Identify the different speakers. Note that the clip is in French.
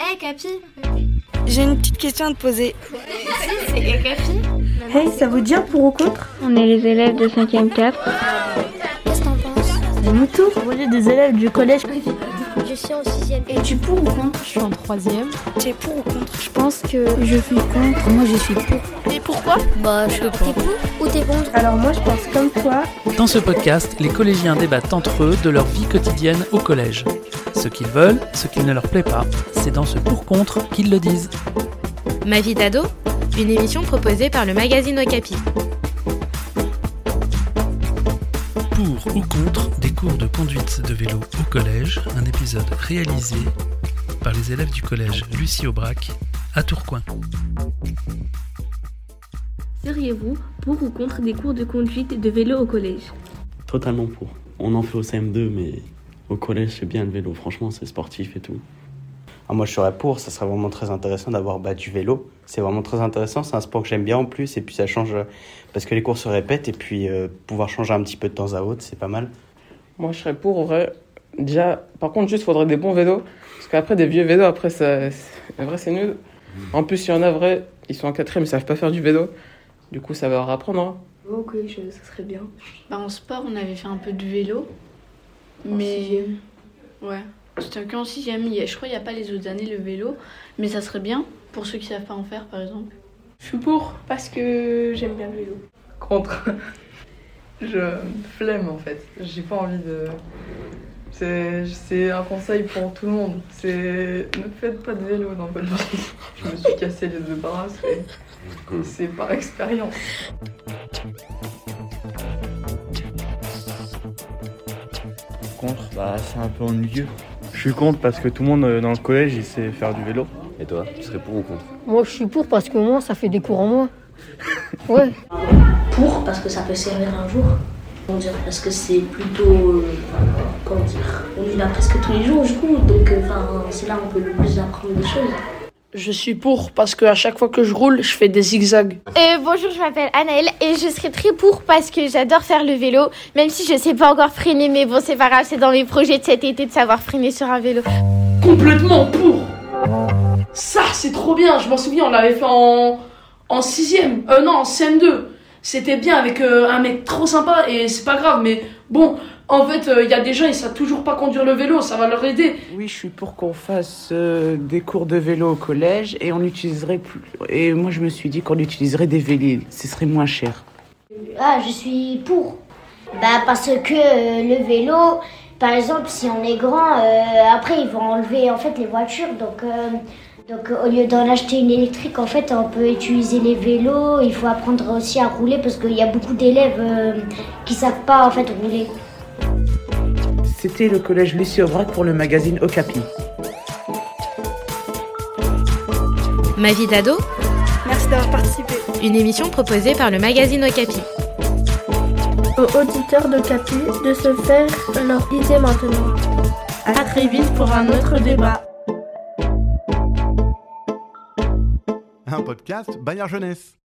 Speaker 1: Hey Eh, Capi
Speaker 2: J'ai une petite question à te poser.
Speaker 1: C'est Capi
Speaker 2: Hey, ça veut dire pour ou contre
Speaker 3: On est les élèves de 5e 4.
Speaker 1: Qu'est-ce que t'en penses
Speaker 2: C'est mon tour. des élèves du collège.
Speaker 1: Je suis en 6ème. Et tu pour ou contre
Speaker 4: Je suis en troisième.
Speaker 2: T'es pour ou contre
Speaker 3: Je pense que je suis contre. Moi, je suis pour.
Speaker 4: Et pourquoi
Speaker 3: Bah, je sais pas.
Speaker 1: T'es pour ou t'es contre
Speaker 2: Alors moi, je pense comme toi.
Speaker 5: Dans ce podcast, les collégiens débattent entre eux de leur vie quotidienne au collège. Ce qu'ils veulent, ce qui ne leur plaît pas, c'est dans ce pour-contre qu'ils le disent.
Speaker 6: Ma vie d'ado, une émission proposée par le magazine Okapi.
Speaker 5: Pour ou contre des cours de conduite de vélo au collège, un épisode réalisé par les élèves du collège Lucie Aubrac à Tourcoing.
Speaker 7: Seriez-vous pour ou contre des cours de conduite de vélo au collège
Speaker 8: Totalement pour. On en fait au CM2, mais au collège, c'est bien le vélo. Franchement, c'est sportif et tout.
Speaker 9: Ah, moi, je serais pour. Ça serait vraiment très intéressant d'avoir bah, du vélo. C'est vraiment très intéressant. C'est un sport que j'aime bien en plus. Et puis, ça change euh, parce que les cours se répètent. Et puis, euh, pouvoir changer un petit peu de temps à autre, c'est pas mal.
Speaker 10: Moi, je serais pour, en vrai. Déjà, par contre, juste, faudrait des bons vélos. Parce qu'après, des vieux vélos, après, ça, c'est- en vrai, c'est nul. En plus, il y en a, vrai, ils sont en quatrième, ils savent pas faire du vélo. Du coup, ça va leur apprendre. hein.
Speaker 7: Ok, je, ça serait bien.
Speaker 11: Bah, en sport, on avait fait un peu de vélo. Mais. Ouais. C'était qu'en 6 Je crois qu'il n'y a pas les autres années le vélo. Mais ça serait bien pour ceux qui savent pas en faire, par exemple.
Speaker 7: Je suis pour parce que j'aime bien le vélo.
Speaker 12: Contre. Je flemme en fait. J'ai pas envie de. C'est c'est un conseil pour tout le monde. C'est ne faites pas de vélo dans votre vie. Je me suis cassé les deux bras. c'est- C'est par expérience.
Speaker 13: Contre, bah c'est un peu ennuyeux.
Speaker 14: Je suis contre parce que tout le monde euh, dans le collège il sait faire du vélo.
Speaker 15: Et toi, tu serais pour ou contre
Speaker 16: Moi, je suis pour parce qu'au moins, ça fait des cours en moins. Ouais.
Speaker 17: Pour, parce que ça peut servir un jour. Comment dire, parce que c'est plutôt. euh, comment dire On y va presque tous les jours, du coup, donc euh, enfin, c'est là où on peut le plus apprendre des choses.
Speaker 18: Je suis pour parce que à chaque fois que je roule, je fais des zigzags.
Speaker 19: Euh, bonjour, je m'appelle Anaël et je serai très pour parce que j'adore faire le vélo, même si je sais pas encore freiner, mais bon, c'est pas grave, c'est dans mes projets de cet été de savoir freiner sur un vélo.
Speaker 18: Complètement pour. Ça, c'est trop bien. Je m'en souviens, on l'avait fait en en sixième. Euh, non, en CM2. C'était bien avec euh, un mec trop sympa et c'est pas grave. Mais bon, en fait, euh, il y a des gens ils savent toujours pas conduire le vélo. Ça va leur aider.
Speaker 20: Oui, je suis pour qu'on fasse euh, des cours de vélo au collège et on utiliserait plus. Et moi, je me suis dit qu'on utiliserait des vélos, ce serait moins cher.
Speaker 4: Ah, je suis pour. Bah parce que euh, le vélo, par exemple, si on est grand, euh, après ils vont enlever en fait les voitures, donc euh, donc euh, au lieu d'en acheter une électrique, en fait, on peut utiliser les vélos. Il faut apprendre aussi à rouler parce qu'il y a beaucoup d'élèves euh, qui savent pas en fait rouler.
Speaker 20: C'était le collège Lucie Aubrac pour le magazine Okapi.
Speaker 6: Ma vie d'ado,
Speaker 2: Merci d'avoir participé.
Speaker 6: une émission proposée par le magazine Okapi.
Speaker 9: aux auditeurs de Capu de se faire leur idée maintenant.
Speaker 2: À très vite pour un autre débat.
Speaker 10: Un podcast Bayard Jeunesse.